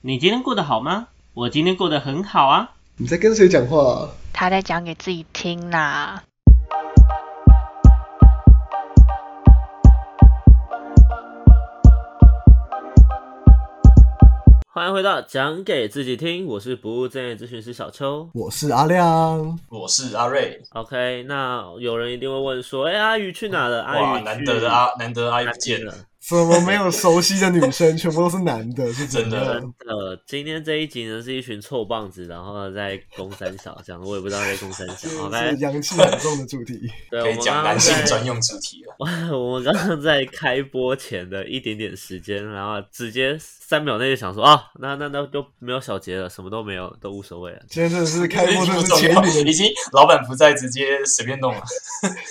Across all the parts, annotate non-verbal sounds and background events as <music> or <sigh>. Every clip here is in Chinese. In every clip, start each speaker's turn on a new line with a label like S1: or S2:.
S1: 你今天过得好吗？我今天过得很好啊。
S2: 你在跟谁讲话、啊？
S3: 他在讲给自己听啦。
S1: 欢迎回到讲给自己听，我是不务正业咨询师小邱。
S2: 我是阿 <laughs> 亮，
S4: 我是阿瑞。
S1: OK，那有人一定会问说，哎、阿宇去哪了？阿
S4: 哇，
S1: 宇
S4: 难
S1: 去
S4: 得的阿，难得阿宇不见
S1: 了
S4: 了。。
S2: 怎么没有熟悉的女生，全部都是男的，是怎
S4: 真的
S2: 样？
S1: 呃，今天这一集呢是一群臭棒子，然后在攻三小这样，我也不知道在攻三小。
S4: <laughs>
S2: 是
S1: OK，
S2: 阳气很重的主题。
S1: 对，
S4: 可
S1: 我
S4: 以
S1: 们
S4: 讲
S1: 刚刚
S4: 男性
S1: 在
S4: 专用主题了。
S1: <laughs> 我们刚刚在开播前的一点点时间，然后直接三秒内就想说啊，那那那就没有小节了，什么都没有，都无所谓了。
S2: 今天真的是开播，真的
S4: 不
S2: 是
S4: 重
S2: 前
S4: 要，
S2: 女
S4: 已经老板不在，直接随便弄了。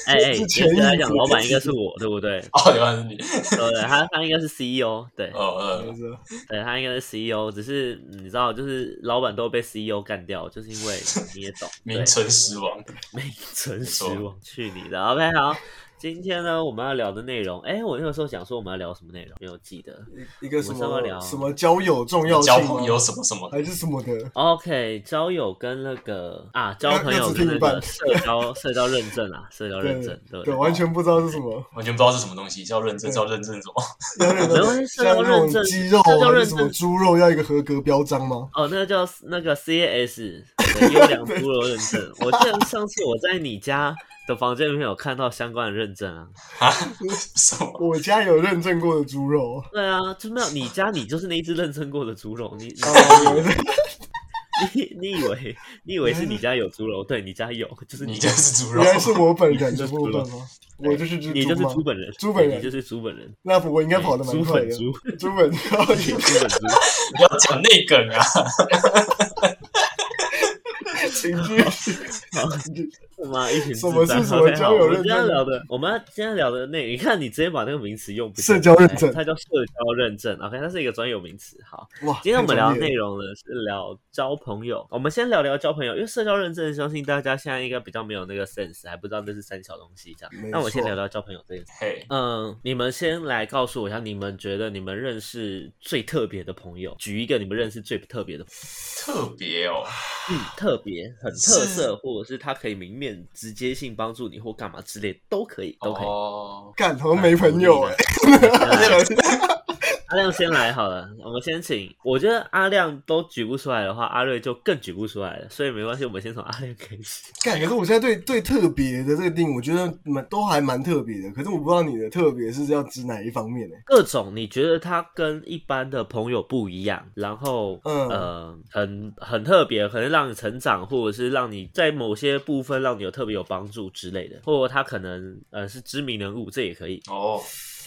S1: 哎哎，
S2: 是
S1: 严
S2: 前
S1: 格来
S2: 一
S1: 讲，
S2: 组
S1: 老板应该是我，对不对？
S4: 哦，原来是你。
S1: 对不对，他他应该是 CEO，对
S4: 哦，呃，
S2: 的，
S1: 对，他应该是 CEO，只是你知道，就是老板都被 CEO 干掉，就是因
S2: <laughs>
S1: 为你也懂，对
S4: 名，存实亡。
S1: 名存实亡，去你的！OK，好。今天呢，我们要聊的内容，哎、我那个时候想说我们要聊什么内容，没有记得。
S2: 一个什
S1: 我们上不了
S2: 么什么交友重要性
S4: 交
S2: 吗
S4: 朋友什么什么，
S2: 还是什么的？
S1: OK，交友跟那个啊，交朋友
S2: 要
S1: 的
S2: 只听
S1: 那
S2: 一
S1: 个
S2: 半
S1: 社交社交认证啊，社交认证，对
S2: 对
S1: 不
S2: 对，
S1: 对，
S2: 完全不知道是什么。
S4: 完全不知道是什么东西，叫认证，叫认证什么？ <laughs>
S2: 要那
S1: 没关
S2: 个
S1: 系社交
S2: 像那
S1: 认证
S2: 种鸡肉啊
S1: 社交
S2: 还
S1: 认
S2: 是
S1: 证
S2: 什么猪肉要一个合格标章吗？
S1: 哦，那个叫那个 CAS 对优良猪肉认证。我记得上次我在你家的房间里面有看到相关的认证啊。
S4: 什么？
S2: 我家有认证过的猪肉，
S1: 对啊，就没有你家你就是那一只认证过的猪肉，你
S2: 哦
S1: 你你以为你以为是你家有猪肉？对你家有，就是
S4: 你
S1: 你
S4: 就是猪肉
S2: 原。来是我本人的部分吗？
S1: 对
S2: 我就是只
S1: 你就是
S2: 猪吗？
S1: 猪本人，
S2: 猪本
S1: 你
S2: 人
S1: 就是猪本人，
S2: 那我应该跑得
S1: 猪
S2: 蛮快
S1: 粉
S2: 的。
S1: 猪，
S2: 猪本人，
S1: 猪粉猪。
S4: 不要讲内梗啊！
S2: 请继续。
S1: 干嘛一群智
S2: 什么
S1: 障
S2: 是什么
S1: OK，好
S2: 交友
S1: 我们今
S2: 认
S1: 天
S2: 证
S1: 聊的，我们要今天聊的那，你看你直接把那个名词用不
S2: 社
S1: 进
S2: 交
S1: 来
S2: 认证
S1: 它叫社交认证。OK，它是一个专有名词。好，
S2: 哇，
S1: 今天我们聊的
S2: 那
S1: 内容呢是聊交朋友。我们先聊聊交朋友，因为社交认证，相信大家现在应该比较没有那个 sense，还不知道那是三小东西这样
S2: 没。
S1: 那我先
S2: 错
S1: 聊聊交朋友这件事。
S4: 嘿，
S1: 嗯，你们先来告诉我一下，你们觉得你们认识最特别的朋友，举一个你们认识最特别的朋友
S4: 特别哦，
S2: <sighs>
S1: 嗯，特别、很特色，或者是他可以明面直接性帮助你或干嘛之类，都可以，都可以。
S4: 哦，
S2: 干好像没朋友
S1: 啊
S2: 哎。 <laughs>
S1: 阿亮先来好了，我们先请。我觉得阿亮都举不出来的话，阿瑞就更举不出来了，所以没关系，我们先从阿亮开始。
S2: 干，可是我现在对对特别的这个定义，我觉得蛮都还蛮特别的。可是我不知道你的特别是要指哪一方面呢、
S1: 各种你觉得他跟一般的朋友不一样，然后、
S2: 嗯
S1: 呃，很很特别，可能让你成长，或者是让你在某些部分让你有特别有帮助之类的，或者他可能呃是知名人物，这也可以，
S4: 哦，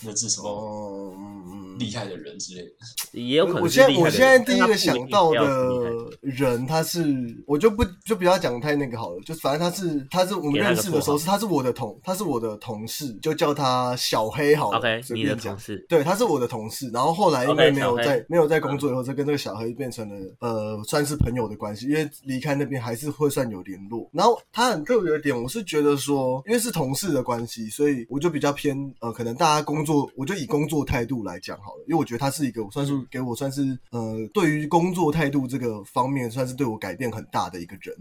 S4: 那是什么
S2: 哦，嗯嗯。
S4: 厉害的人之类的？
S1: 也有可能
S2: 我
S1: 是
S2: 现
S1: 厉
S2: 在
S1: 害的人。
S2: 我现在
S1: 但
S2: 第一
S1: 他不
S2: 个
S1: 定
S2: 想到
S1: 一定要是厉害
S2: 的哦人，他是我就不就不要讲太那个好了，就反正他是他是我们
S1: 给他一
S2: 认
S1: 个
S2: 识的
S1: 绰
S2: 时
S1: 号
S2: 候是他是我的同他是我的同事，就叫他小黑好了
S1: OK，
S2: 随
S1: 你的
S2: 便
S1: 同
S2: 讲。
S1: 事
S2: 对，他是我的同事，然后后来因
S1: OK，
S2: 为没
S1: 小
S2: 有
S1: 黑嗯
S2: 在没有在工作以后，就跟这个小黑变成了呃算是朋友的关系，因为离开那边还是会算有联络。然后他很特别的点，我是觉得说，因为是同事的关系，所以我就比较偏呃，可能大家工作，我就以工作态度来讲好了，因为我觉得他是一个我算是
S1: 嗯
S2: 给我算是呃对于工作态度这个方面，算是对我改变很大的一个人。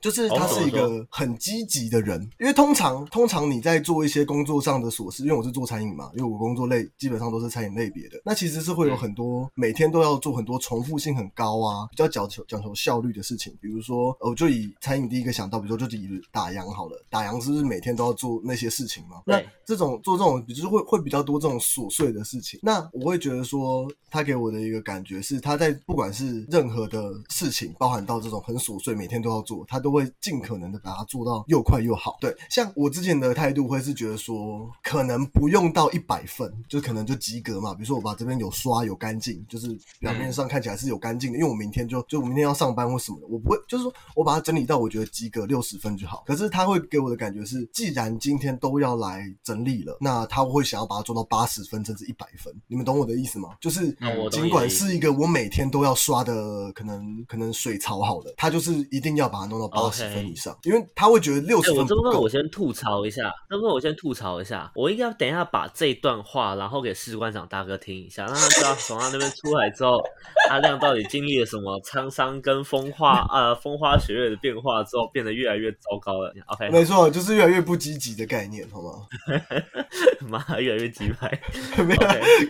S2: 就是
S1: 哦
S2: 他是一个很积极的人，因为通常通常你在做一些工作上的琐事，因为我是做餐饮嘛，因为我工作类基本上都是餐饮类别的，那其实是会有很多每天都要做很多重复性很高啊，比较讲求讲求效率的事情，比如说呃我就以餐饮第一个想到，比如说就以打烊好了，打烊是不是每天都要做那些事情嘛？那
S1: 对
S2: 这种做这种，就是会会比较多这种琐碎的事情。那我会觉得说，他给我的一个感觉是，他在不管是任何的事情，包含到这种很琐碎，每天都要做，他都会尽可能的把它做到又快又好。对，像我之前的态度会是觉得说，可能不用到一百分，就可能就及格嘛。比如说我把这边有刷有干净，就是表
S1: 嗯
S2: 面上看起来是有干净的，因为我明天就就我明天要上班或什么的，我不会就是说我把它整理到我觉得及格六十分就好。可是他会给我的感觉是，既然今天都要来整理了，那他会想要把它做到八十分甚至一百分，你们懂我的意思吗？就是
S4: 嗯我
S1: 懂
S2: 尽管
S1: 你的意思
S2: 是一个我每天都要刷的，可能可能水槽好了，他就是一定要把它弄到八十
S1: OK
S2: 分以上，因为他会觉得六
S1: 哎、
S2: 十
S1: 我
S2: 分
S1: 这
S2: 不
S1: 部分
S2: 够
S1: 我。先吐槽一下，这部分我先吐槽一下，我应该等一下把这段话，然后给士官长大哥听一下，让他知道从他那边出来之后，阿亮到底经历了什么沧桑跟风化，呃，风花雪月的变化之后，变得越来越糟糕了。OK，
S2: 没错，就是越来越不积极的概念，好吗？
S1: <laughs>
S2: <laughs>
S1: 妈，越来越鸡掰。
S2: 没有，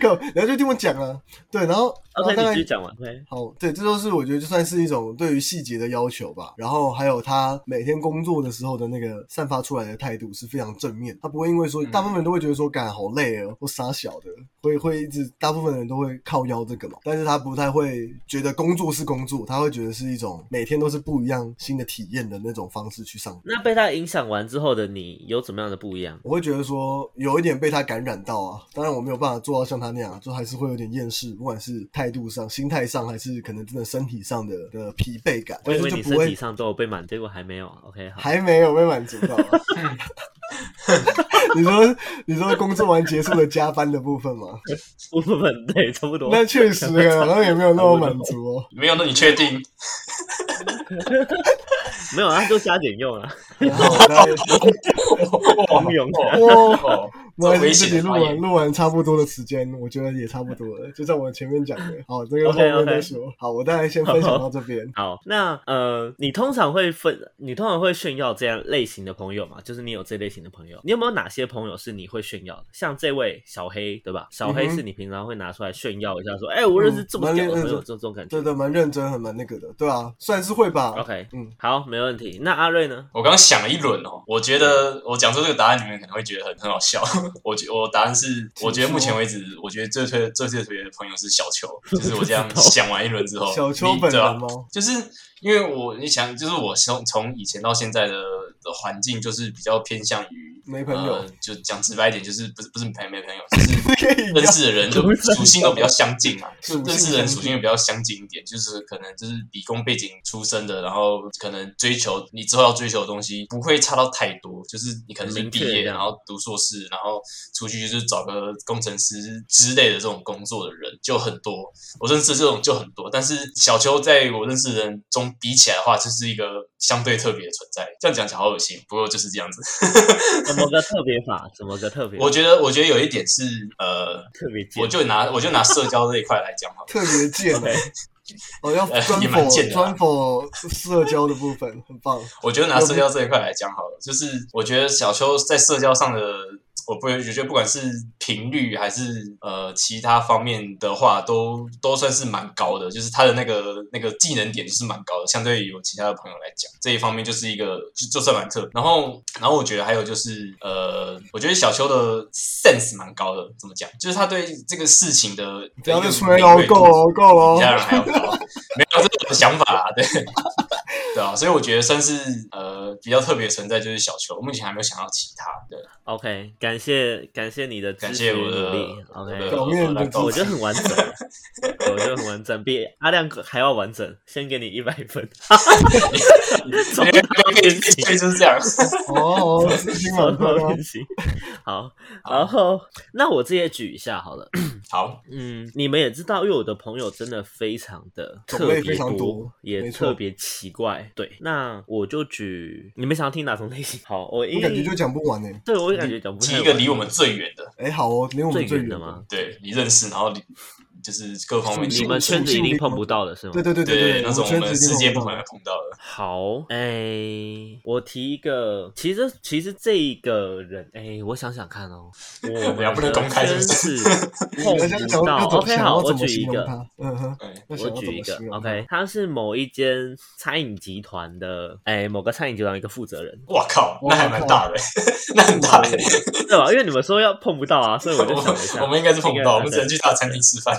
S2: 靠，然后就听我讲啊。对，然后然后
S1: OK，
S2: 大
S1: 哦你
S2: 概
S1: 继续讲完。OK，
S2: 好，对，这都是我觉得就算是一种对于细节的要求吧。然后还有他每天工作的时候的那个散发出来的态度是非常正面，他不会因为说
S4: 嗯
S2: 大部分人都会觉得说干好累哦，或傻小的，会会一直大部分人都会靠腰这个嘛，但是他不太会觉得工作是工作，他会觉得是一种每天都是不一样新的体验的那种方式去上班。
S1: 那被他影响完之后的你有怎么样的不一样？
S2: 我会觉得说有一点被他感染到啊，当然我没有办法做到像他那样，啊就还是会有点厌世，不管是态度上、心态上，还是可能真的身体上的的疲惫感，
S1: 我
S2: 但
S1: 以
S2: 是
S1: 为
S2: 就
S1: 你
S2: 不
S1: 身体
S2: 会
S1: 上都有被满，结果还没有。OK，好。啊 <laughs>
S2: 还没有被满足到啊。你说你说工作完结束了加班的部分吗？
S1: 部分对，差不多。
S2: 那确实啊好像也没有那么满足
S4: <laughs>
S2: 哦。
S4: 没有，那你确定？
S1: 没有，那就加减用啊。
S2: 然后我大概
S1: <laughs> 黄勇
S2: 哇，
S4: <laughs> 哦，
S2: 我还
S4: 危
S2: 是自
S4: 险
S2: 己
S4: 的
S2: 录
S4: 发
S2: 完
S4: 言。
S2: 录完差不多的时间，我觉得也差不多了，就在我前面讲的。好，这个后
S1: OK，OK
S2: 面再说。好，我大概先分享到这边。
S1: 好，那呃，你通常会分，你通常会炫耀这样类型的朋友嘛？就是你有这类型的朋友，你有没有哪些朋友是你会炫耀的？像这位小黑，对吧？小黑
S2: 嗯哼
S1: 是你平常会拿出来炫耀一下，说，哎、我认识这么
S2: 嗯
S1: 屌
S2: 蛮
S1: 的
S2: 认
S1: 朋友，
S2: 真
S1: 这种感觉
S2: 对。的，蛮认真，很蛮那个的，对啊，算是会吧。
S4: 哦
S1: OK，
S2: 嗯，
S1: 好，没问题。那阿瑞
S2: <laughs>
S1: 呢？
S4: 我刚想了一轮哦，我觉得我讲出这个答案，你们可能会觉得很很好笑。 <laughs> 我觉我答案是，我觉得目前为止，我觉得最推最最推的朋友是小
S2: <laughs>
S4: 秋，就是我这样想完一轮之后，
S2: 小秋
S4: 你
S2: 本
S4: 对啊
S2: 人吗？ <laughs>
S4: 就是因为我你想，就是我从从以前到现在的的环境，就是比较偏向于
S2: 没朋友
S4: 呃，就讲直白一点，就是不是不是没没朋友，就
S2: <laughs>
S4: 是
S2: 可以
S4: <laughs> 认识的人就
S1: 不是
S4: 属性都比较相近嘛，
S2: 属性
S4: 认识的人
S2: 相
S4: 属性也比较相近一点，就是可能就是理工背景出身的，然后可能追求你之后要追求的东西不会差到太多，就是你可能是
S1: 明
S4: 毕
S1: 确
S4: 业，
S1: 这样
S4: 然后读硕士，然后出去就是找个工程师之类的这种工作的人就很多，我认识这种就很多，但是小秋在我认识的人中比起来的话，就是一个相对特别的存在。这样讲起来好恶心，不过就是这样子。
S1: 怎么个特别法？怎么个特别法？
S4: 我觉得，我觉得有一点是呃。
S1: 特别贱
S4: 我。就拿我就拿社交这一块来
S1: <laughs>
S4: 讲好了，
S2: 特别贱的
S1: OK，
S2: 哦，要
S4: 呃
S2: 专
S4: 也蛮贱
S2: 否
S4: 的啊哎
S2: 专否社交的部分，很棒。
S4: 我觉得拿社交这一块来讲好了，就是我觉得小秋在社交上的，我不我觉得不管是频率还是呃其他方面的话，都都算是蛮高的，就是他的那个那个技能点就是蛮高的，相对于我其他的朋友来讲，这一方面就是一个就就算蛮特别。然后然后我觉得还有就是呃，我觉得小秋的 sense 蛮高的，怎么讲？就是他对这个事情的
S2: 不要再
S4: 的一个
S2: 吹
S4: 敏
S2: 喽
S4: 锐，度
S2: 够哦喽，够喽
S4: 比其。他人还要高，没有这种想法啦，对， <laughs> 对啊，所以我觉得算是呃比较特别的存在就是小球，我目前还没有想到其他的，
S1: OK，感谢感谢你的支
S4: 感
S1: 持
S4: 谢
S1: 与
S4: 我
S1: 努
S4: 的
S1: 力。
S4: 我
S1: OK，
S4: 的
S2: 表 <laughs> 面的
S4: 我
S1: 哦我
S4: 的
S1: 觉得很完整，我觉得很完整，比阿亮还要完整。先给你一百
S2: <laughs>
S1: 分， <laughs>
S4: 高 <laughs>
S1: 从
S4: 因为刚被
S1: <laughs>
S4: 被吹就是这样，
S2: 哦，哦自信满分啊。
S1: 练习。好，然后那我自己也举一下好
S2: <coughs>
S1: 了。
S4: 好，
S1: 嗯，你们也知道，因为我的朋友真的非常的
S2: 种
S1: 特
S2: 类
S1: 别
S2: 非常
S1: 多
S2: 多，
S1: 也
S2: 没错
S1: 特别奇怪。对，那我就举你们想要听哪种类型？ <laughs> 好，我
S2: 我
S1: 应该
S2: 感觉就讲不完呢。
S1: 对，我也感觉讲不
S4: 提
S1: 太
S4: 一个
S1: 完
S4: 离我们最远的，
S2: 哎，好哦，离我
S1: 最
S2: 们最
S1: 远
S2: 远
S1: 的吗？？
S4: 对你认识，然后你就是各方
S2: 属
S4: 面
S1: 你
S2: 性
S1: 们圈子一定碰不到的是吗？
S2: 对对对
S4: 对
S2: 对，
S4: 那种我
S2: 圈子
S4: 们
S2: 一定
S4: 世界
S2: 碰
S4: 不可
S2: 到
S4: 能碰到的，
S1: 好，哎、我提一个，其实其实这一个人，哎、我想想看哦，我们
S4: 要不能公开
S1: 的
S4: 是
S1: 圈
S4: 不是
S1: 子碰
S2: 大家 <laughs> 想
S1: 不到。
S2: 要怎
S1: OK，
S2: 想
S1: 好，
S2: 要
S1: 我
S2: 怎么
S1: 举一
S2: 形容
S1: 个，
S2: 他？嗯哼，
S4: 嗯，
S2: 那
S1: 我
S2: 想要怎
S1: 举一
S2: 么
S1: 个
S2: 形容他
S1: ，OK，他是某一间餐饮集团的，哎、某个餐饮集团的一个负责人，
S4: 哇靠，
S2: 哇
S4: 那还蛮大的， <laughs> 那很大的，
S1: 对吧？因为你们说要碰不到啊，所以我就想了一下，
S4: <laughs> 我们应该是碰不到，我们只能
S1: 应该
S4: 去他的餐厅吃饭，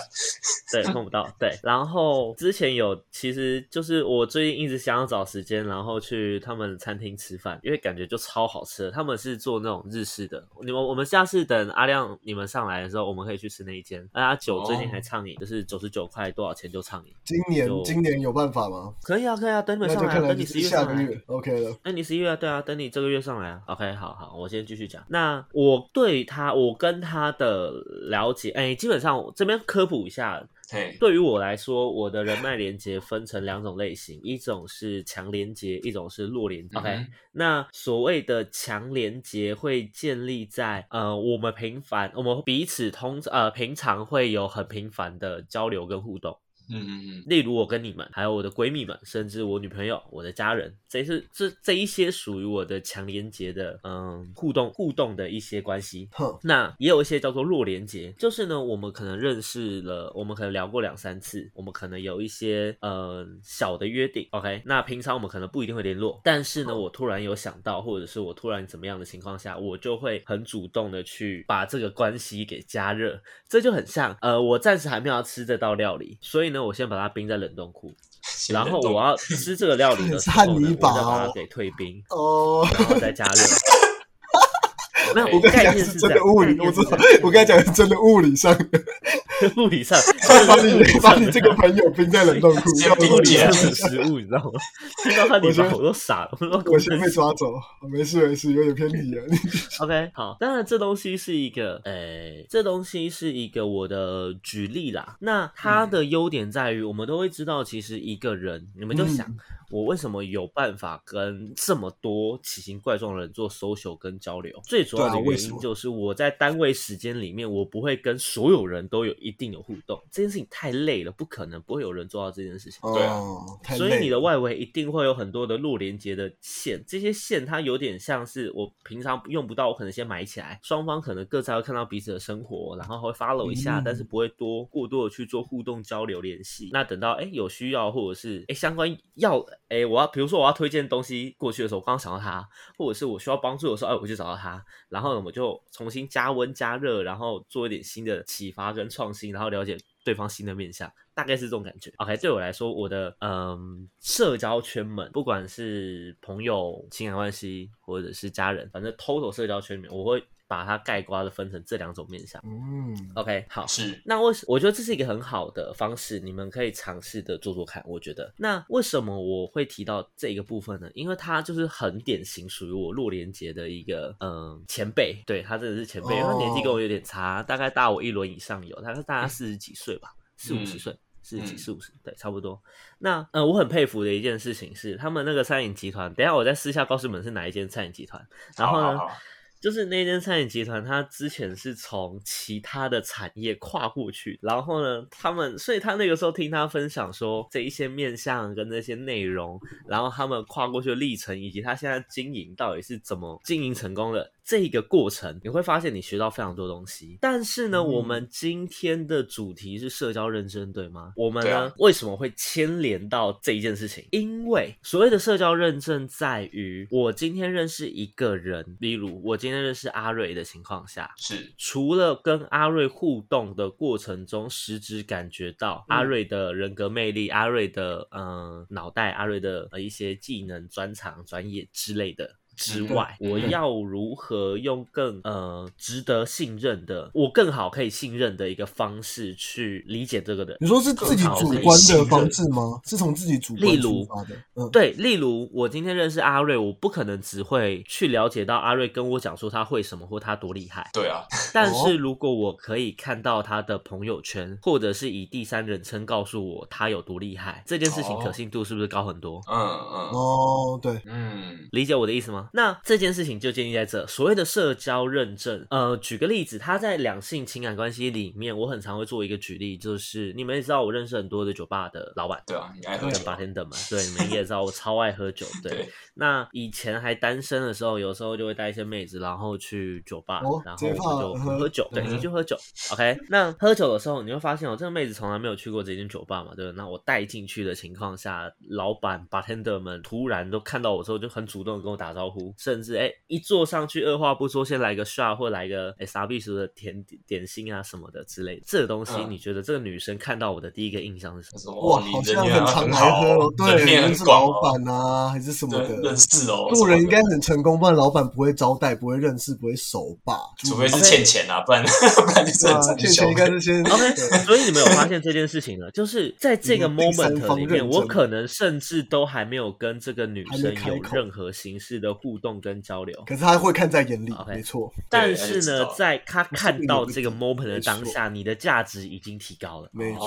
S1: 对，碰不到。对，然后之前有，其实就是我最近一直想要找时间，然后去他们餐厅吃饭，因为感觉就超好吃的。他们是做那种日式的，你们我们下次等阿亮你们上来的时候，我们可以去吃那一间。而阿九最近还畅饮，就是九十九块多少钱就畅饮，
S2: 今年
S1: 就
S2: 今年有办法吗？
S1: 可以啊，可以啊，等你们
S2: 那
S1: 上
S2: 就
S1: 来
S2: 看
S1: 啊，
S2: 来
S1: 等
S2: 就
S1: 你
S2: 是
S1: 十一月
S2: 下
S1: 上
S2: 个
S1: 来。
S2: 月 OK 了。
S1: 那你十一月啊，对啊，等你这个月上来啊。OK，好好，我先继续讲。那我对他，我跟他的了解，哎，基本上我这边科普一下，
S4: 嘿，
S1: 对于我来说，我的人脉连接分成两种类型，一种是强连接，一种是弱连接。OK，、
S4: 嗯
S1: 那所谓的强连接会建立在呃，我们频繁，我们彼此通呃平常会有很频繁的交流跟互动。
S4: 嗯嗯嗯，
S1: 例如我跟你们，还有我的闺蜜们，甚至我女朋友、我的家人，这是这这一些属于我的强连接的，嗯，互动互动的一些关系。
S2: 哼，
S1: 那也有一些叫做弱连接，就是呢，我们可能认识了，我们可能聊过两三次，我们可能有一些呃小的约定，OK。那平常我们可能不一定会联络，但是呢，我突然有想到，或者是我突然怎么样的情况下，我就会很主动的去把这个关系给加热，这就很像呃，我暂时还没有要吃这道料理，所以呢，我先把它冰在冷冻库，
S4: <laughs> 先
S1: 然后
S4: 冷冻
S1: 我要吃这个料理的时
S4: <laughs>
S1: 候
S2: 看
S1: 呢，
S2: 你
S1: 我
S2: 把
S1: 再把
S2: 哦
S1: 它给退冰，
S2: 哦，
S1: 然后再加
S2: <laughs>
S1: 热。没有，
S4: 我
S2: 跟你
S1: 概
S2: 讲
S1: 念
S2: 是
S1: 这
S2: 真
S1: 样
S2: 的物理，
S4: 哎
S1: 概
S2: 我
S1: 念
S2: 知
S1: 是这
S2: 道
S1: 样，
S2: 我跟你讲是真的物理上的，
S4: <laughs>
S1: <laughs> 物理上，
S2: <laughs> 把你把你这个朋友冰在冷冻库，
S4: 先冰
S1: 物
S2: 物
S1: 理
S2: 理
S4: 起来
S1: 上
S2: 上
S1: 的食物，你知道吗？听到他你
S2: <laughs> 我觉
S1: 把
S2: 得
S1: 我都傻了，我都
S2: 我先被抓走，没事没事，有点偏题了。
S1: <laughs> OK，好，当然这东西是一个，诶、这东西是一个我的举例啦。那它的优点在于，我们都会知道，其实一个人，你们就想，
S2: 嗯
S1: 我为什么有办法跟这么多奇形怪状的人做 social 跟交流？最主要
S2: 对啊
S1: 的
S2: 为
S1: 原
S2: 什
S1: 因
S2: 么
S1: 就是我在单位时间里面，我不会跟所有人都有一定的互动，这件事情太累了，不可能不会有人做到这件事情。
S4: 对啊
S2: 哦，
S1: <laughs>
S2: 太
S1: 所以
S2: 累
S1: 你
S2: 了
S1: 的外围一定会有很多的弱连接的线，这些线它有点像是我平常用不到，我可能先埋起来，双方可能各自还会看到彼此的生活，然后会 follow 一下，
S2: 嗯
S1: 但是不会多过多的去做互动交流联系。那等到哎有需要或者是哎相关要哎我要比如说我要推荐东西过去的时候，我刚刚想到他，或者是我需要帮助的时候，哎我就找到他，然后呢我就重新加温加热，然后做一点新的启发跟创新，然后了解对方新的面向，大概是这种感觉。OK，对我来说，我的嗯社交圈们，不管是朋友、情感关系或者是家人，反正 total 社交圈里面，我会把它概括的分成这两种面向。
S2: 嗯，
S1: OK，好，
S4: 是
S1: 那为什我觉得这是一个很好的方式，你们可以尝试的做做看。我觉得，那为什么我会提到这个部分呢？因为它就是很典型属于我洛连杰的一个嗯前辈，对他真的是前辈，因为他年纪跟我有点差，大概大我一轮以上有，大概大他四十几岁吧，四五十岁。四十几、
S4: 哎嗯
S1: 四五十，对，差不多。那呃，我很佩服的一件事情是，他们那个餐饮集团，等一下我再私下告诉你们是哪一间餐饮集团。然后
S4: 好
S1: 呢，
S4: 好好
S1: 就是那间餐饮集团，它之前是从其他的产业跨过去，然后呢，他们，所以他那个时候听他分享说这一些面向跟那些内容，然后他们跨过去的历程，以及他现在经营到底是怎么经营成功的这个过程，你会发现你学到非常多东西。但是呢，
S2: 嗯
S1: 我们今天的主题是社交认真，对吗？我们
S4: 对
S1: 呢、
S4: 啊
S1: 为什么会牵连到这一件事情？因为所谓的社交认证在于，我今天认识一个人，例如我今天认识阿瑞的情况下。
S4: 是
S1: 除了跟阿瑞互动的过程中，实质感觉到
S4: 嗯
S1: 阿瑞的人格魅力、阿瑞的嗯脑袋、阿瑞的呃一些技能、专长、专业之类的之外，
S4: 嗯
S1: 我要如何用更呃值得信任的，我更好可以信任的一个方式去理解这个人
S2: 你。
S4: 嗯
S2: 说是自己主观的方式吗？是从自己主观出发的，嗯，
S1: 对，例如我今天认识阿瑞，我不可能只会去了解到阿瑞跟我讲说他会什么或他多厉害，
S4: 对啊，
S1: 但是如果我可以看到他的朋友圈，或者是以第三人称告诉我他有多厉害，这件事情
S4: 哦
S1: 可信度是不是高很多？
S4: 嗯嗯
S2: 哦，对，
S4: 嗯，
S1: 理解我的意思吗？那这件事情就建立在这，所谓的社交认证。呃，举个例子，他在两性情感关系里面，我很常会做一个举例，就是你们也知道，我认识很多的酒吧的老板。
S4: 对啊，你爱喝
S1: 跟
S4: 酒，
S1: bartender 们，对你们也知道我超爱喝酒，对。
S4: <laughs> 对
S1: 那以前还单身的时候，有时候就会带一些妹子，然后去酒吧，
S2: 哦
S1: 然后
S2: 街
S1: 我
S2: 霸
S1: 们就
S2: 嗯哼
S1: 喝酒，对，
S4: 嗯哼
S1: 你去喝酒。OK，那喝酒的时候，你会发现哦，这个妹子从来没有去过这间酒吧嘛，对不对？那我带进去的情况下，老板 bartender 们突然都看到我之后，就很主动地跟我打招呼，呼，甚至哎、一坐上去二话不说先来个 shot 或来个哎傻逼叔的甜点点心啊什么的之类的。这个东西、
S4: 嗯
S1: 你觉得这个女生看到我的第一个印象是什么？
S4: 他说
S2: 哇，
S4: 哇，哦你
S2: 好
S4: 人
S2: 像
S4: 缘
S2: 常
S4: 很
S2: 来
S4: 好
S2: 喝
S4: 哦
S2: 哦，，对，
S4: 人
S2: 你
S4: 面
S2: 认
S4: 很
S2: 识
S4: 广
S2: 老
S4: 哦，
S2: 板啊，还是什么
S4: 对，认
S2: 的。
S4: 识哦，
S2: 路人应该
S4: 什么的
S2: 很成功，不然老板不会招待，不会认识，不会熟吧？
S4: 除非是
S1: OK
S4: 欠钱啊，不然 <laughs> 不然就是
S2: 对啊
S4: 很正
S2: 欠钱
S4: 常
S2: 应该是先 <laughs>
S1: OK，
S2: 对
S1: 所以你们有发现这件事情
S2: <laughs>
S1: 了，就是在这个
S2: 已经第三
S1: moment
S2: 方
S1: 里面，
S2: 认
S1: 我
S2: 证
S1: 可能甚至都还没有跟这个女
S2: 还没
S1: 生
S2: 开
S1: 有
S2: 口
S1: 任何形式的互动跟交流。
S2: 可是他会看在眼里
S1: OK
S2: 没错，
S1: 但
S4: 还是
S1: 是
S4: 知
S1: 呢
S4: 道，
S1: 在她
S2: 是
S1: 看
S2: 并
S1: 到
S2: 有
S1: 这个
S2: 意见
S1: moment 的
S2: 没
S1: 当
S2: 错
S1: 下，你的价值已经提高了。
S2: 没
S4: 哦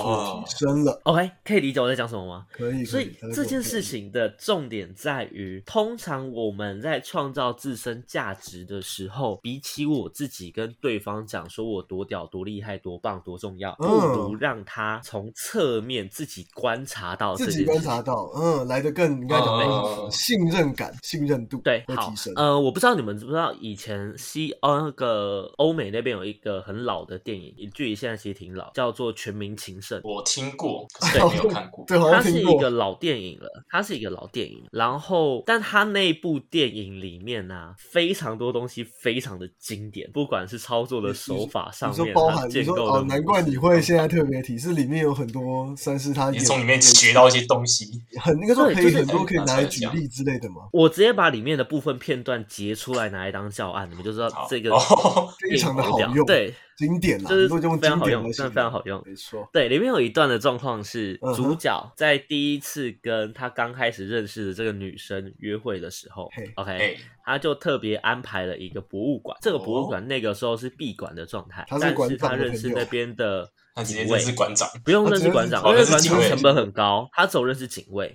S2: 错，提升了，
S1: OK，可以理解我在讲什么吗？
S2: 可以。
S1: 所
S2: 可
S1: 以
S2: 大家
S1: 这
S2: 都
S1: 件
S2: 可以
S1: 事，情的重点在于，通常我们在创造自身价值的时候，比起我自己跟对方讲说我多屌、多厉害、多棒、多重要，不如
S2: 嗯
S1: 让他从侧面自己观察到这
S2: 自
S1: 件
S2: 己
S1: 事
S2: 观
S1: 情。
S2: 察到，嗯，来的更应该讲
S4: 哦
S2: 说是信任感、信任度
S1: 对，
S2: 会
S1: 好
S2: 提升，。
S1: 呃，我不知道你们知不知道，以前西呃那个欧美那边有一个很老的电影，距离现在其实挺老，叫做《全民情圣》。
S4: 我听过，
S2: <laughs>
S4: 可是我没有看过。
S2: 对，好
S1: 它
S2: 像
S1: 是
S2: 听
S1: 一
S2: 过
S1: 个。老电影了，它是一个老电影。然后，但它那部电影里面呢、非常多东西非常的经典，不管是操作的
S2: 你
S1: 手法上
S2: 你说
S1: 面，
S2: 包
S1: 它
S2: 含你
S1: 建
S2: 说
S1: 构
S2: 哦
S1: 的，
S2: 难
S1: 模
S2: 怪
S1: 式嗯
S2: 你会
S1: 等
S2: 现在特别提，是里面有很多算是他
S4: 你
S2: 演
S4: 是从里面学到一些东西，
S2: 很应该说
S1: 对
S2: 可以
S1: 就是
S2: 很多可以拿来
S4: 拿出
S2: 举
S4: 来讲
S2: 例之类的嘛，
S1: 我直接把里面的部分片段截出来拿来当教案，你们就知道
S4: 好
S1: 这个 <laughs>
S4: 哦
S1: 电影
S2: 非常的
S1: 有
S2: 好
S1: 屌
S2: 用
S1: 对，
S2: 经典啦，
S1: 就是
S2: 你都用
S1: 非常
S2: 经
S1: 好
S2: 典
S1: 用
S2: 来，
S1: 真的
S2: 形容
S1: 非常好用。
S2: 没错，
S1: 对，里面有一段的状况是，
S2: 嗯哼
S1: 主角在第一次跟他刚开始认识的这个女生约会的时候
S2: 嘿
S1: ，OK，
S4: 哎，
S1: 他就特别安排了一个博物馆。这个博物馆那个时候是闭馆的状态，
S2: 哦他是
S1: 但
S2: 馆
S1: 是
S2: 长
S1: 他
S2: 的
S1: 认
S2: 朋
S1: 识
S2: 友
S1: 那边的
S4: <laughs> 他直接
S1: 警
S4: 就
S1: 卫，
S4: 是
S2: <laughs>
S4: 馆长，
S1: 不用
S2: 他
S1: 认
S2: 直
S1: 识
S2: 接
S1: 馆
S2: 是
S1: 长，
S2: 警
S1: 因
S4: 卫
S1: 为馆
S4: 警
S1: 长
S4: 卫
S1: 成本很高，他走认识警
S2: <laughs>
S1: 卫。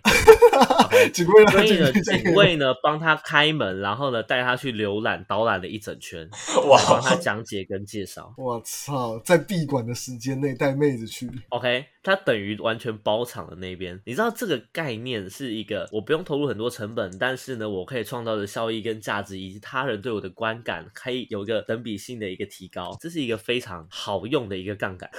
S1: OK，
S2: 只为了他
S1: 所以
S2: 进 <laughs>
S1: 呢，
S2: 去这
S1: 警
S2: 个，
S1: 卫呢帮他开门，然后呢带他去浏览导览了一整圈，帮他
S4: 哇，
S1: 讲解跟介绍。
S2: 我操，在闭馆的时间内带妹子去，
S1: OK，它等于完全包场的那边，你知道这个概念是一个我不用投入很多成本，但是呢，我可以创造的效益跟价值，以及他人对我的观感，可以有一个等比性的一个提高，这是一个非常好用的一个杠杆。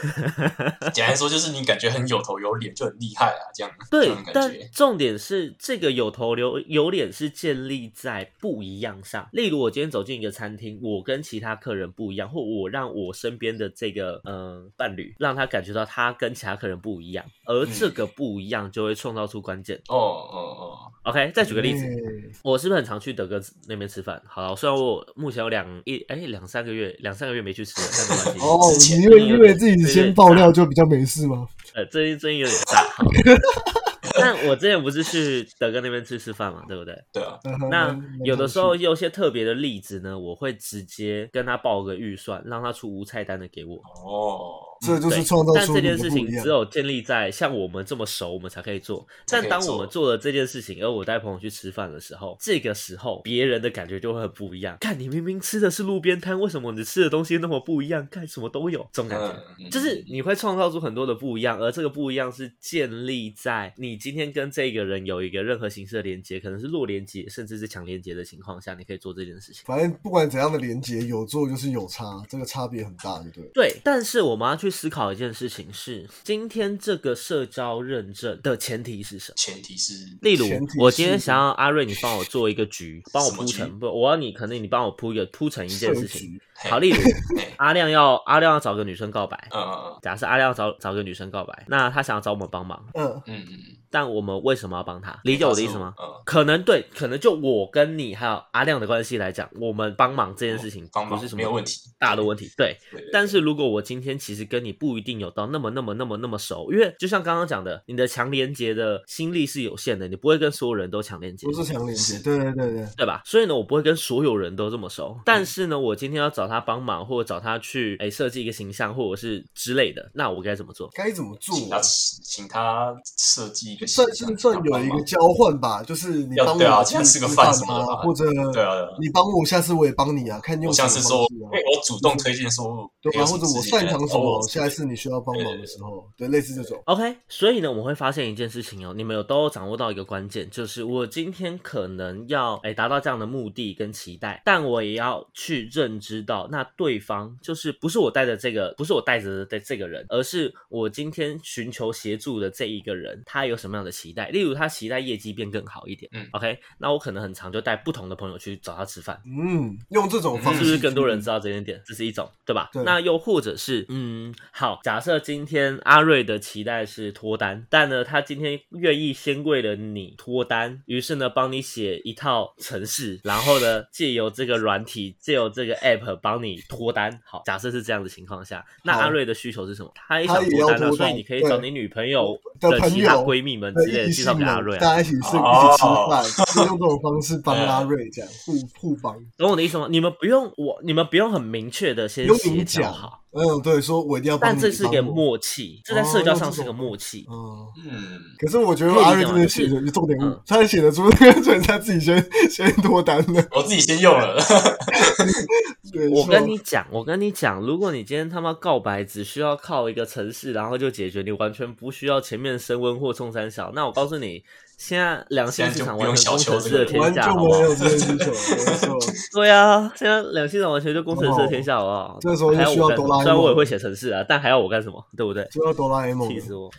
S4: 简单说就是你感觉很有头有脸，就很厉害啊，这样这
S1: 对
S4: 种，感
S1: 但
S4: 觉。
S1: 重点是这个有头有有脸是建立在不一样上。例如，我今天走进一个餐厅，我跟其他客人不一样，或我让我身边的这个呃伴侣，让他感觉到他跟其他客人不一样，而
S4: 嗯
S1: 这个不一样就会创造出关键。
S4: 哦哦
S1: OK，再举个例子，
S2: 哎
S1: 我是不是很常去德哥那边吃饭？好了，虽然我目前有两一哎两三个月两三个月没去吃了，但没关系。
S2: <laughs> 哦，
S4: 之前
S2: 你因为
S1: 有
S2: 因为
S1: 点
S2: 自己
S1: 有
S2: 先
S1: 点
S2: 爆料
S1: 大
S2: 就比较没事吗？
S1: 呃，最近最近有点大。好但我之前不是去德哥那边吃吃饭嘛，对不对？
S4: 哦，对啊，
S2: 嗯
S1: <laughs>
S2: 哼
S1: 那
S2: 蛮蛮
S1: 有的
S2: 有
S1: 时
S2: 趣
S1: 候有些特别的例子呢，我会直接跟他报个预算，让他出无菜单的给我。
S4: 哦，
S2: <laughs> 这就是
S1: 对
S2: 创造
S1: 但
S2: 出
S1: 这
S2: 你
S1: 件
S2: 的
S1: 事
S2: 不
S1: 情
S2: 一样
S1: 只。有建立在像我们这么熟，我们才可以做。
S4: 才可
S1: 但当我
S4: 以做
S1: 们做了这件事情，而我带朋友去吃饭的时候，这个时候别人的感觉就会很不一样。看你明明吃的是路边摊，为什么你吃的东西那么不一样？看什么都有，这种感觉。
S4: 嗯，
S1: 就是你会创造出很多的不一样，而这个不一样是建立在你今天跟这个人有一个任何形式的连接，可能是弱连接，甚至是强连接的情况下，你可以做这件事情。
S2: 反正不管怎样的连接，有做就是有差，这个差别很大，对不对？
S1: 对，但是我们要去思考一件事情是，今天这个社交认证的前提是什么？
S4: 前提是
S1: 例如
S2: 前提，
S1: 我今天
S2: 是
S1: 想要阿瑞，你帮我做一个局，帮我
S4: 什么
S1: 铺
S4: 局 <laughs>
S1: 成，不，我要你，可能你帮我铺一个铺成一件
S2: 设
S1: 事情。
S2: 局
S4: 嘿 <laughs>
S1: 好，例如
S4: 嘿
S1: 阿亮要阿亮要找个女生告白，
S4: 嗯嗯
S1: 假设阿亮要找找个女生告白，那他想要找我们帮忙，
S2: 嗯，
S4: 嗯嗯，
S1: 但我们为什么要帮他？理解我的意思吗？
S4: 嗯，
S1: 可能对，可能就我跟你还有阿亮的关系来讲，我们帮忙这件事情
S4: 哦帮
S1: 不
S4: 忙
S1: 是什
S4: 没有
S1: 么
S4: 问题，
S1: 大的问题。对，
S4: 对，对
S1: 但是如果我今天其实跟你不一定有到那么那么那么那么熟，因为就像刚刚讲的，你的强连接的心力是有限的，你不会跟所有人都强连接
S2: 不。是强连接，
S4: 是
S2: 对对对对，
S1: 对吧？所以呢，我不会跟所有人都这么熟。但是呢，我今天要找他帮忙，或者找他去诶设计一个形象，或者是之类的，那我该怎么做？
S2: 该怎么做
S4: 请
S2: 啊
S4: 他？请他设计一个
S2: 算
S4: 形象
S2: 是算有一个嗯交换吧，就是你
S4: 要
S2: 帮
S4: 对啊
S2: 我
S4: 这样吃个
S2: 吃
S4: 饭
S2: 饭
S4: 什么的吧
S2: 啊，或者
S4: 对啊对啊
S2: 你帮我，下次我也帮你啊，看用
S4: 我
S2: 什么
S4: 像
S2: 方
S4: 是
S2: 式
S4: 说，
S2: 啊
S4: 因。为我主动推荐说，
S2: 对
S4: 哎
S2: 吧？或者我擅长什
S4: 哦
S2: 么，下一次你需要帮忙的时候，对，类似这种。
S1: OK，所以呢，我们会发现一件事情哦，你们有都有掌握到一个关键，就是我今天可能要哎达到这样的目的跟期待，但我也要去认知到，那对方就是不是我带着这个，不是我带着的这这个人，而是我今天寻求协助的这一个人，他有什什么样的期待。例如他期待业绩变更好一点，
S4: 嗯
S1: ，OK，那我可能很常就带不同的朋友去找他吃饭，
S2: 嗯，用这种方
S1: <laughs> 是
S2: 式，
S1: 不是更多人知道这一
S2: <laughs>
S1: 点？这是一种，对吧？
S2: 对
S1: 那又或者是，嗯，好，假设今天阿瑞的期待是脱单，但呢，他今天愿意先为了你脱单，于是呢，帮你写一套程式，然后呢，借由这个软体，借由这个 app 帮你脱单。好，假设是这样的情况下，那
S2: 好
S1: 阿瑞的需求是什么？他也
S2: 他
S1: 想
S2: 也要
S1: 脱单啊，
S2: 脱
S1: 所以
S2: 单
S1: 你可以找
S2: 对
S1: 你女朋友
S2: 的朋
S1: 其他
S2: 友
S1: 闺蜜们之类
S2: 对，
S1: 的
S2: 异
S1: 介绍
S2: 性
S1: 给阿
S2: 嘛
S1: 瑞啊。啊
S2: 大家一起睡，一起吃
S4: 哦
S2: 饭，就用这种方式帮阿瑞这样互互帮。
S1: 懂我的意思吗？你们不用我，你们不用很明确的先
S2: 不用
S1: 协
S2: 明
S1: 调
S2: 讲
S1: 好，
S2: 嗯，对，说我一定要帮
S1: 但
S2: 你，
S1: 这是
S2: 帮
S1: 个
S2: 我。
S1: 默契，这
S2: 哦
S1: 在社交上
S2: 这
S1: 是个
S2: 种
S1: 默契。
S2: 嗯，
S4: 嗯，
S2: 可是我觉得
S1: 可以
S2: 阿瑞
S1: 这样
S2: 真的
S1: 就是
S2: 写的重点
S1: 嗯，
S2: 他写得出那个，所 <laughs> 以他自己先先脱单的。
S4: 我自己先用了， <laughs>
S2: 对，
S1: 我
S2: 说
S1: 跟你讲，我跟你讲，如果你今天他妈告白只需要靠一个城市，然后就解决，你完全不需要前面升温或冲三小。那我告诉你，现在两性
S4: 现在
S1: 市
S4: 就
S1: 场
S4: 不
S1: 完
S4: 用
S1: 全
S4: 小
S1: 工
S4: 球
S1: 程
S4: 这
S1: 师
S4: 个
S1: 的
S4: 了
S1: 天
S2: 完
S1: 下，
S2: 全
S1: 好
S2: 没
S1: 不好？
S2: 有这个需求，没错。
S1: 对啊，现在两性市场完全就工程师的天下，好不好？
S2: 哦这时候就
S1: 还要
S2: 需要
S1: 我干什
S2: 哆啦
S1: 么？
S2: A
S1: 虽然我也
S2: 梦
S1: 会写城市啊，但还要我干什么？对不对？
S2: 就要哆啦 A 梦
S1: 气
S2: 了，
S1: 死
S2: <laughs>
S1: 我！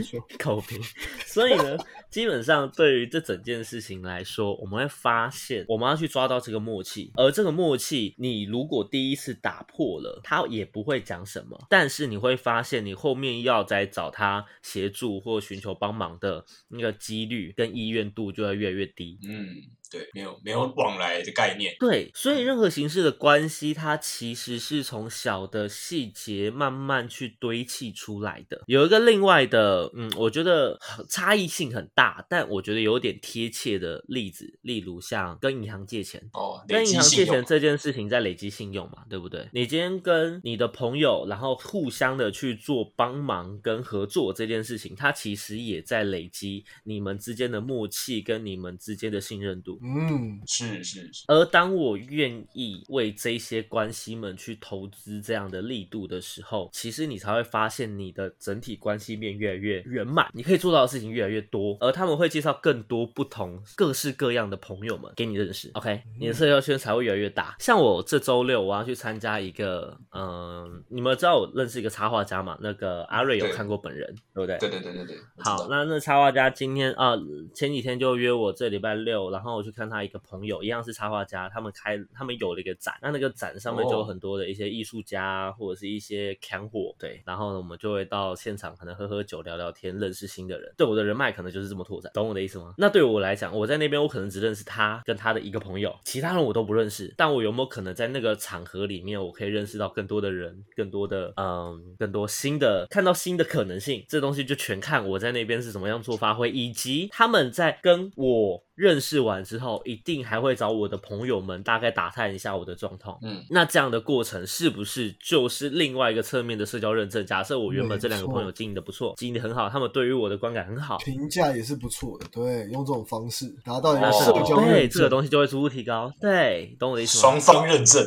S1: <laughs>
S2: 错
S1: 口评。所以呢，基本上对于这整件事情来说，我们会发现我们要去抓到这个默契，而这个默契，你如果第一次打破了，他也不会讲什么，但是你会发现你后面要再找他协助或寻求帮忙的那个几率跟意愿度就会越来越低。
S4: 嗯，对，没有没有往来的概念，
S1: 对，所
S4: 嗯
S1: 以任何形式的关系，它其实是从小的细节慢慢去堆砌出来的。有一个另外的，嗯，我觉得很差异性很大，但我觉得有点贴切的例子，例如像跟银行借钱。
S4: 哦，累
S1: 跟
S4: 积
S1: 银行
S4: 信
S1: 借钱
S4: 用，
S1: 这件事情在累积信用嘛，对不对？你今天跟你的朋友，然后互相的去做帮忙跟合作这件事情，它其实也在累积你们之间的默契跟你们之间的信任度。
S2: 嗯，
S4: 是是是，
S1: 而当我愿意为这些关系们去投资这样的力度的时候，其实你才会发现你的整体关系面越来越圆满，你可以做到的事情越来越多，而他们会介绍更多不同各式各样的朋友们给你认识。OK，你的社交圈才会越来越大。像我这周六我要去参加一个，嗯、你们知道我认识一个插画家嘛？那个阿瑞有
S4: 对
S1: 看过本人，对不对？
S4: 对对对对对，我知
S1: 好
S4: 道，
S1: 那那插画家今天啊、前几天就约我这礼拜六，然后我去看他一个朋友，一样是插画家，他们开他们有了一个展，那那个展上面就有
S4: 哦
S1: 很多的一些艺术家、啊或者是一些看货，对，然后呢我们就会到现场可能喝喝酒聊聊天，认识新的人，对我的人脉可能就是这么拓展，懂我的意思吗？那对我来讲，我在那边我可能只认识他跟他的一个朋友，其他人我都不认识，但我有没有可能在那个场合里面，我可以认识到更多的人，更多的嗯，更多新的，看到新的可能性，这东西就全看我在那边是怎么样做发挥，以及他们在跟我认识完之后，一定还会找我的朋友们大概打探一下我的状况。
S4: 嗯，
S1: 那这样的过程是不是就是另外一个侧面的社交认证？假设我原本这两个
S2: 没错
S1: 朋友经营的不错，经营的很好，他们对于我的观感很好，
S2: 评价也是不错的，对，用这种方式达到一个
S4: 哦
S2: 社交
S1: 对
S2: 认
S1: 哎这个
S2: 证，
S1: 东西就会逐步提高。对，懂我的意思吗？
S4: 双方认证，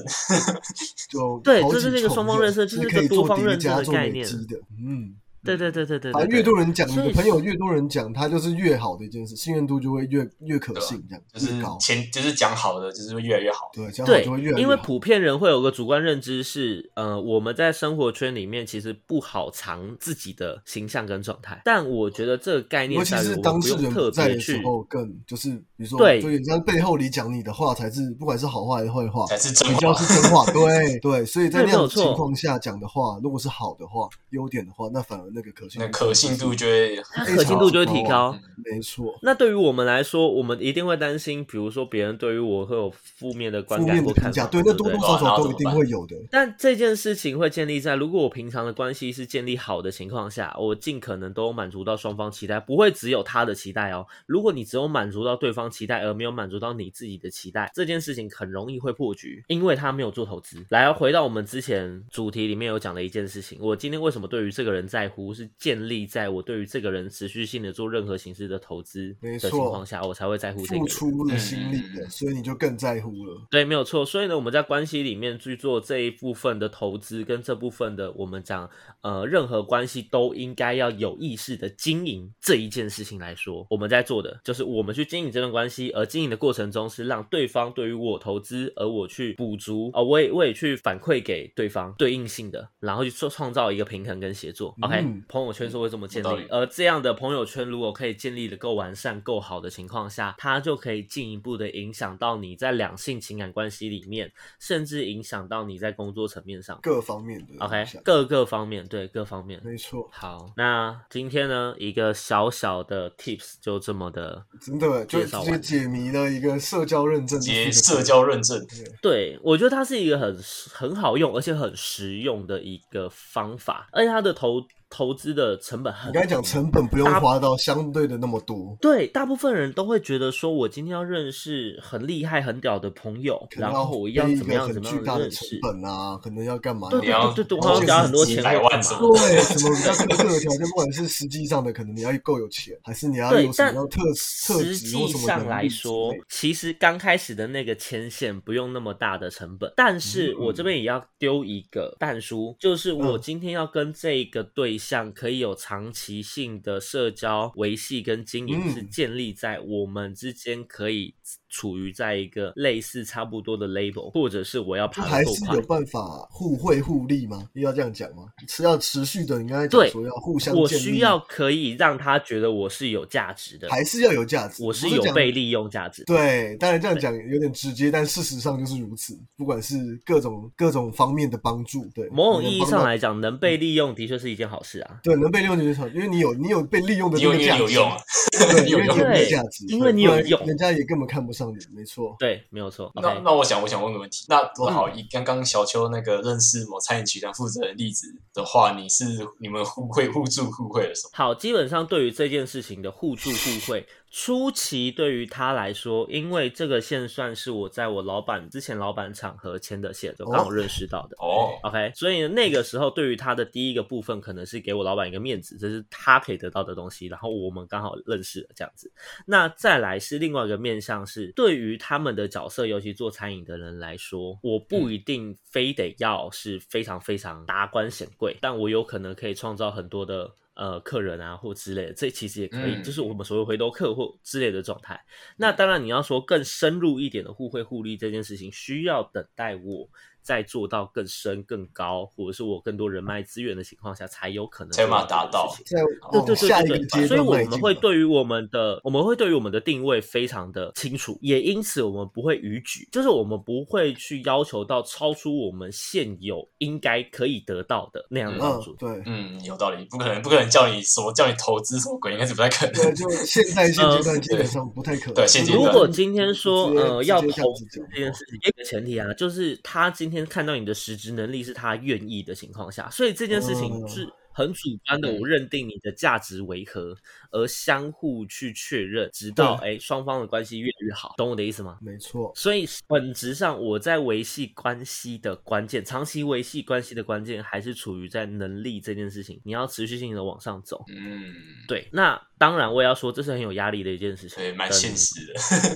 S2: 就
S1: 对
S2: 好
S1: 这
S2: 几
S1: 就是一个
S2: 重
S1: 双方认证这
S2: 就是
S1: 一
S2: 可
S1: 个
S2: 以
S1: 多
S2: 做
S1: 方
S2: 叠
S1: 认证
S2: 加
S1: 的
S2: 做
S1: 概
S2: 累
S1: 念
S2: 积的，嗯，
S1: 对对对对对
S2: 反
S1: 对，
S2: 正越多人讲，你
S1: 所以
S2: 的朋友越多人讲，他就是越好的一件事，信任度就会越越可信，这样
S4: 就是
S2: 越高，
S4: 前就是讲好的，就是会越来越好，
S2: 对，这样
S1: 啊对
S2: 就会越，来越
S1: 因为
S2: 好
S1: 普遍人会有个主观认知是，呃，我们在生活圈里面其实不好藏自己的形象跟状态，但我觉得这个概念
S2: 尤其
S1: 在于
S2: 是
S1: 我们
S2: 当
S1: 不
S2: 事
S1: 用
S2: 人
S1: 特
S2: 不在
S1: 别
S2: 的时
S1: 去
S2: 候，更就是比如说，
S1: 对
S2: 就人家背后里讲你的话才是，不管是好话还是坏话，
S4: 才是真
S2: 比较
S4: 话，
S2: 是真话，
S1: <laughs>
S2: 对对，所以在
S1: 对没
S2: 那样
S1: 有
S2: 的
S1: 错
S2: 情况下讲的话，如果是好的话、优点的话，那反而那个可信
S4: 那
S2: 度
S4: 可信度
S2: 就是
S4: 就会
S1: 它
S2: 非
S1: 可信
S2: 常
S1: 度就会提
S2: 高
S1: 高
S2: 啊。没错，
S1: 那对于我们来说，我们一定会担心，比如说别人对于我会有负面的观
S2: 负
S1: 感
S2: 面
S1: 或
S2: 的
S1: 看法，
S2: 评价，对，那
S1: 不
S2: 多
S1: 对
S2: 多少
S4: 啊哇那
S2: 少
S4: 怎
S2: 都
S4: 么
S2: 一定
S4: 办
S2: 会有的，
S1: 但这件事情会建立在，如果我平常的关系是建立好的情况下，我尽可能都满足到双方期待，不会只有他的期待哦。如果你只有满足到对方期待，而没有满足到你自己的期待，这件事情很容易会破局，因为他没有做投资。来，回到我们之前主题里面有讲的一件事情，我今天为什么对于这个人在乎，是建立在我对于这个人持续性的做任何形式的投资
S2: 没
S1: 的
S2: 错
S1: 情况下，我才会在乎这个
S2: 付
S1: 人。
S2: 出了心力
S4: 嗯
S2: 的，所以你就更在乎了。
S1: 对，没有错。所以呢，我们在关系里面去做这一部分的投资，跟这部分的我们讲，呃，任何关系都应该要有意识的经营这一件事情来说，我们在做的就是我们去经营这段关系，而经营的过程中是让对方对于我投资，而我去补足啊、呃我也我也去反馈给对方对应性的，然后去做创造一个平衡跟协作。OK，、
S2: 嗯嗯，
S1: 朋友圈是会这么建
S4: 有道
S1: 立
S4: 理，
S1: 而这样的朋友圈如果可以建立的够完善、够好的情况下，它就可以进一步的影响到你在两性情感关系里面，甚至影响到你在工作层面上。
S2: 各方面的
S1: OK，
S2: 影响
S1: 各个方面，对各方面。
S2: 没错，
S1: 好，那今天呢，一个小小的 tips 就这么的
S2: 真的就
S1: 介绍
S2: 直
S1: 完
S2: 接解谜了一个社交认证的
S4: 解
S2: 四个
S4: 社交认证，
S2: 字，
S1: 对，我觉得它是一个很实很好用，而且很实用的一个方法，而且它的投投资的成本很
S2: 你刚才讲
S1: 低
S2: 成本不用
S1: 嗯
S2: 花到相对的那么多，
S1: 对，大部分人都会觉得说，我今天要认识很厉害、很屌的朋友，
S2: 可能
S1: 然后我要
S2: 背一
S1: 怎么
S2: 个
S1: 样、
S2: 很
S1: 怎么
S2: 巨
S1: 样
S2: 大
S1: 地
S2: 的
S1: 认
S2: 成
S1: 识。
S2: 本啊，可能要干嘛？
S1: 对
S4: 你
S1: 对
S4: 要
S1: 对对，我
S4: 投
S1: 好像讲
S4: 资
S1: 很多
S4: 几
S1: 钱啊
S4: 百
S1: 我
S4: 万
S1: 干
S4: 什
S1: 嘛
S4: 么？
S2: 对，什么比较特殊的条件，不管是实际上的，可能你要够有钱，还是你要
S1: 对
S2: 有什么
S1: 但
S2: 样特特
S1: 实
S2: 质或
S1: 际
S2: 什么
S1: 上
S2: 能
S1: 来
S2: 力之
S1: 说
S2: 类的，
S1: 其实刚开始的那个牵线不用那么大的成本，但是我这边也要丢一个蛋书，就是我
S2: 嗯
S1: 今天要跟这个对象可以有长期性的社交维系跟经营，
S2: 嗯
S1: 是建立在我们之间可以处于在一个类似差不多的 label，或者是我要
S2: 就
S1: 爬
S2: 还
S1: 得够
S2: 是
S1: 快
S2: 有。办法互惠互利吗？要这样讲吗？是要持续的，你刚才讲
S1: 对
S2: 说要互相
S1: 我
S2: 建立
S1: 需要可以让他觉得我是有价值的，
S2: 还是要有价值，
S1: 我是
S2: 不
S1: 有
S2: 讲
S1: 被利用价值的。
S2: 对，当然这样讲有点直接，但事实上就是如此。不管是各种各种方面的帮助，对，
S1: 某种
S2: 能
S1: 意义
S2: 帮
S1: 上
S2: 到，
S1: 来讲，能被利用的确是一件好事啊。
S2: 对，能被利用的就是好，因为你有你有被利用的
S4: 你
S2: 那个
S4: 有你
S2: 价值，
S4: 有 <laughs> 用啊，
S2: 对，
S4: 你
S2: 因为你
S4: 有用
S2: 有。那个
S1: 对
S2: 价值，
S1: 因
S2: 对
S1: 为你有
S2: 不然
S1: 用
S2: 人家也根本看不上你，没错。
S1: 对，没有错。
S4: 那
S1: OK，
S4: 那我想我想问个问题，那那好，以刚刚小邱那个认识某餐饮集团负责人例子的话，你是你们互惠互助互惠了什么？
S1: 好，基本上对于这件事情的互助互惠，初期对于他来说，因为这个线算是我在我老板之前老板场合签的线，就刚好认识到的。
S4: 哦，
S1: OK，所以呢那个时候对于他的第一个部分，可能是给我老板一个面子，这是他可以得到的东西，然后我们刚好认识了这样子。那再来是另外一个面向是，对于他们的角色，尤其做餐饮的人来说，我不一定非得要是非常非常达官显贵，但我有可能可以创造很多的。呃，客人啊，或之类的，这其实也可以，
S4: 嗯
S1: 就是我们所谓回头客或之类的状态。那当然，你要说更深入一点的互惠互利这件事情，需要等待我再做到更深、更高，或者是我更多人脉资源的情况下，才有可能
S4: 才有办法
S1: 做这件
S4: 达到
S1: 事情
S2: 再
S1: 哦对
S2: 往
S1: 对
S2: 哦下一个
S1: 对
S2: 阶
S1: 对对，
S2: 段
S1: 所以我
S2: 迈
S1: 们
S2: 进
S1: 会
S2: 吧
S1: 对于我们的，我们会对于我们的定位非常的清楚，也因此我们不会逾矩，就是我们不会去要求到超出我们现有应该可以得到的那样的帮助
S2: 嗯，。对。
S4: 嗯，有道理，不可能不可能叫你什么叫你投资什么鬼，应该是不太可
S2: 对，
S4: 能。
S2: 就现在现阶段基本上不太可能。
S4: 对现阶
S1: 如
S4: 段
S1: 果今天说
S2: 嗯直
S1: 呃
S2: 接直接
S1: 要
S2: 这样
S1: 投
S2: 子
S1: 资
S2: 讲
S1: 这件事情，有一个前提啊，就是他今天看到你的实质能力是他愿意的情况下，所以这件事情
S2: 嗯
S1: 是很主观的，
S4: 嗯
S1: 我认定你的价值为何，而相互去确认，直到哎双方的关系越来越好，懂我的意思吗？
S2: 没错，
S1: 所以本质上，我在维系关系的关键，长期维系关系的关键，还是处于在能力这件事情，你要持续性的往上走。
S4: 嗯，
S1: 对，那当然我也要说，这是很有压力的一件事情，
S4: 对，蛮
S1: 但
S4: 现实的。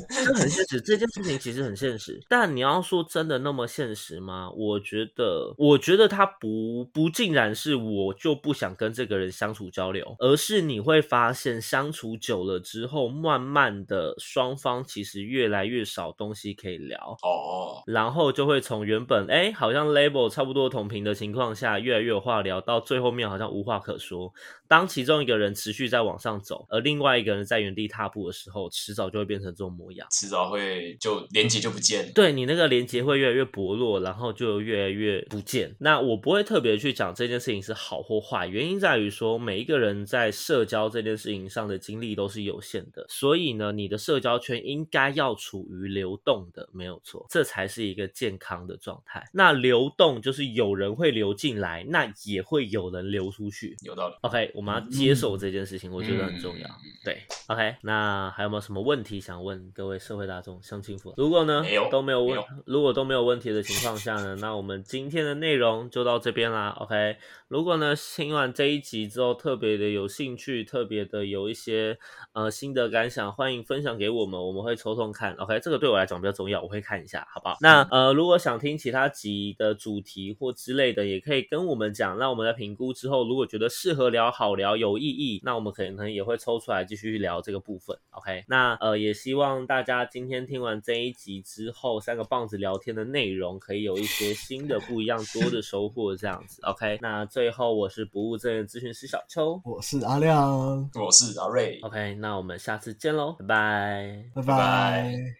S1: 这很现实，这件事情其实很现实。但你要说真的那么现实吗？我觉得，我觉得它不不尽然是我就不想跟这个人相处交流，而是你会发现相处久了之后，慢慢的双方其实越来越少东西可以聊。
S4: 哦，
S1: 然后就会从原本哎好像 label 差不多同频的情况下，越来越有话聊，到最后面好像无话可说。当其中一个人持续在往上走，而另外一个人在原地踏步的时候，迟早就会变成这种模样。
S4: 迟早会就连接就不见了。
S1: 对你那个连接会越来越薄弱，然后就越来越不见。那我不会特别去讲这件事情是好或坏，原因在于说每一个人在社交这件事情上的精力都是有限的，所以呢，你的社交圈应该要处于流动的，没有错，这才是一个健康的状态。那流动就是有人会流进来，那也会有人流出去。
S4: 有道理，
S1: OK，我们要接受这件事
S4: 嗯
S1: 情，我觉得很重要。对，OK，那还有没有什么问题想问各位社会大众、乡亲父？如果呢
S4: 没有
S1: 都没有
S4: 没
S1: 问
S4: 有，
S1: 如果都没有问题的情况下呢，那我们今天的内容就到这边啦。OK，如果呢听完这一集之后特别的有兴趣，特别的有一些呃新的感想，欢迎分享给我们，我们会抽空看。OK，这个对我来讲比较重要，我会看一下，好不好？那
S4: 嗯
S1: 呃，如果想听其他集的主题或之类的，也可以跟我们讲，那我们在评估之后，如果觉得适合聊、好聊、有意义，那我们可能也会抽出来继续聊这个部分。OK，那呃，也希望大家今天听完这一集之后，三个棒子聊天的内容可以有一些新的、不一样、多的收获，这样子。OK，那最后我是不务正业咨询师小邱。
S2: 我是阿亮，
S4: 我是阿瑞，
S1: OK，那我们下次见喽，拜拜。
S2: 拜
S4: 拜
S2: 拜。